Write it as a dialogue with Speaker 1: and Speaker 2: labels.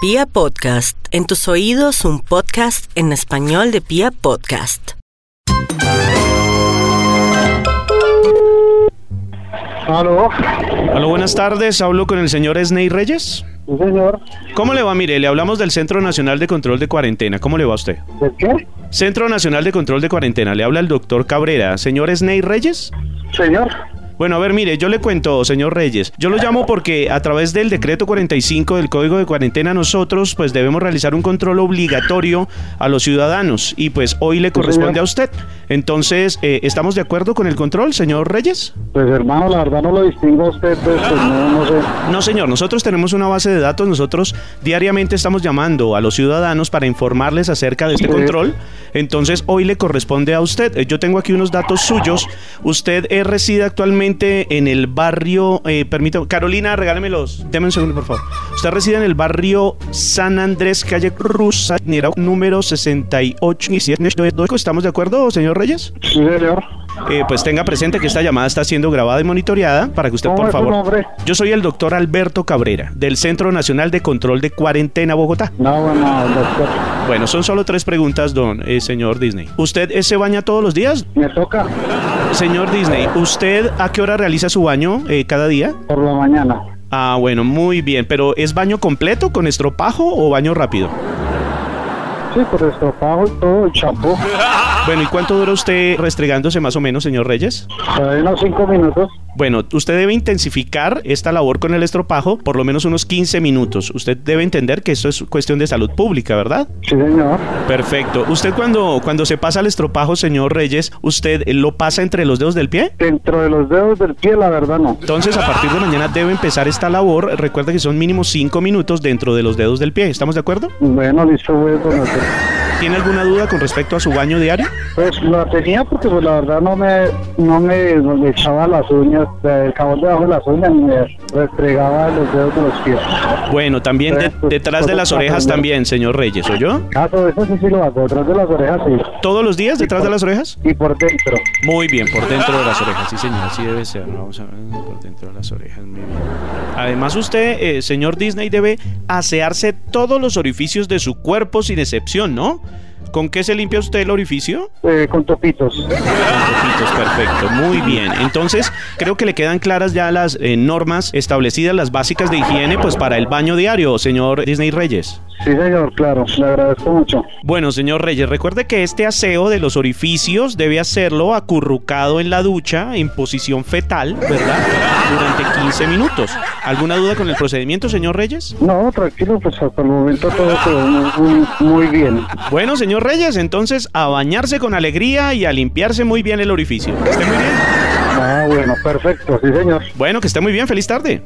Speaker 1: Pia Podcast, en tus oídos un podcast en español de Pia Podcast.
Speaker 2: Aló,
Speaker 3: Hola, buenas tardes. Hablo con el señor Esney Reyes.
Speaker 2: sí, señor.
Speaker 3: ¿Cómo le va? Mire, le hablamos del Centro Nacional de Control de Cuarentena. ¿Cómo le va a usted?
Speaker 2: ¿De qué?
Speaker 3: Centro Nacional de Control de Cuarentena. Le habla el doctor Cabrera. ¿Señor Esney Reyes?
Speaker 2: Señor,
Speaker 3: Bueno, a ver, mire, yo le cuento, señor Reyes. Yo lo llamo porque a través del decreto 45 del Código de Cuarentena nosotros pues debemos realizar un control obligatorio a los ciudadanos y pues hoy le corresponde
Speaker 2: señor.
Speaker 3: a usted. Entonces, eh, ¿estamos de acuerdo con el control, señor Reyes?
Speaker 2: pues hermano, la verdad no lo distingo a usted, pues, pues, no, no sé.
Speaker 3: No, señor, nosotros tenemos una base de datos, nosotros diariamente estamos llamando a los ciudadanos para informarles acerca de este
Speaker 2: Sí.
Speaker 3: control, entonces hoy le corresponde a usted. Eh, Yo tengo aquí unos datos suyos, usted eh, reside actualmente en el barrio, eh, permítame, Carolina, regálemelos, deme un segundo por favor. Usted reside en el barrio San Andrés, calle Rusa, número 68, y siete, ¿estamos de acuerdo, señor Reyes?
Speaker 2: Sí, señor.
Speaker 3: Eh, pues tenga presente que esta llamada está siendo grabada y monitoreada para que usted,
Speaker 2: ¿Cómo
Speaker 3: por
Speaker 2: es su
Speaker 3: favor.
Speaker 2: nombre?
Speaker 3: Yo soy el doctor Alberto Cabrera, del Centro Nacional de Control de Cuarentena Bogotá.
Speaker 2: No, bueno, doctor,
Speaker 3: Bueno, son solo tres preguntas, don eh, señor Disney. ¿Usted eh, se baña todos los días?
Speaker 2: me toca
Speaker 3: Señor Disney, ¿usted a qué hora realiza su baño eh, cada día?
Speaker 2: por la mañana.
Speaker 3: Ah, bueno, muy bien, pero ¿es baño completo con estropajo o baño rápido?
Speaker 2: Sí, por estropajo y todo, y champú.
Speaker 3: Bueno, ¿y cuánto dura usted restregándose más o menos, señor Reyes?
Speaker 2: Por ahí unos cinco minutos.
Speaker 3: Bueno, usted debe intensificar esta labor con el estropajo por lo menos unos 15 minutos. Usted debe entender que esto es cuestión de salud pública, ¿verdad?
Speaker 2: Sí, señor.
Speaker 3: Perfecto. ¿Usted cuando, cuando se pasa el estropajo, señor Reyes, usted lo pasa entre los dedos del pie?
Speaker 2: Dentro de los dedos del pie, la verdad no.
Speaker 3: Entonces, a partir de mañana debe empezar esta labor. Recuerda que son mínimo 5 minutos dentro de los dedos del pie. ¿Estamos de acuerdo?
Speaker 2: Bueno, listo, voy a conocer.
Speaker 3: ¿Tiene alguna duda con respecto a su baño diario?
Speaker 2: Pues la tenía porque pues, la verdad no me, no me, no me echaba las uñas, eh, el jabón debajo de las uñas ni me restregaba los dedos de los pies.
Speaker 3: Bueno, también de- detrás de las orejas también, señor Reyes, ¿oyó?
Speaker 2: Ah, todo eso sí, sí lo hago, detrás de las orejas sí.
Speaker 3: ¿Todos los días detrás de las orejas?
Speaker 2: y por dentro.
Speaker 3: Muy bien, por dentro de las orejas, sí señor, así debe ser. Vamos a ver, por dentro de las orejas, muy bien. Además usted, eh, señor Disney, debe asearse todos los orificios de su cuerpo sin excepción, ¿no? ¿Con qué se limpia usted el orificio?
Speaker 2: Eh, con topitos.
Speaker 3: Ojitos, perfecto, muy bien. Entonces, creo que le quedan claras ya las eh, normas establecidas, las básicas de higiene, pues para el baño diario, señor Disney Reyes.
Speaker 2: Sí, señor, claro. Le agradezco mucho.
Speaker 3: Bueno, señor Reyes, recuerde que este aseo de los orificios debe hacerlo acurrucado en la ducha, en posición fetal, ¿verdad? Durante 15 minutos. ¿Alguna duda con el procedimiento, señor Reyes?
Speaker 2: No, tranquilo, pues hasta el momento todo quedó muy, muy- muy bien.
Speaker 3: Bueno, señor Reyes, entonces a bañarse con alegría y a limpiarse muy bien el orificio. Que esté muy bien.
Speaker 2: Ah, bueno, perfecto, sí, señor.
Speaker 3: Bueno, que esté muy bien. Feliz tarde.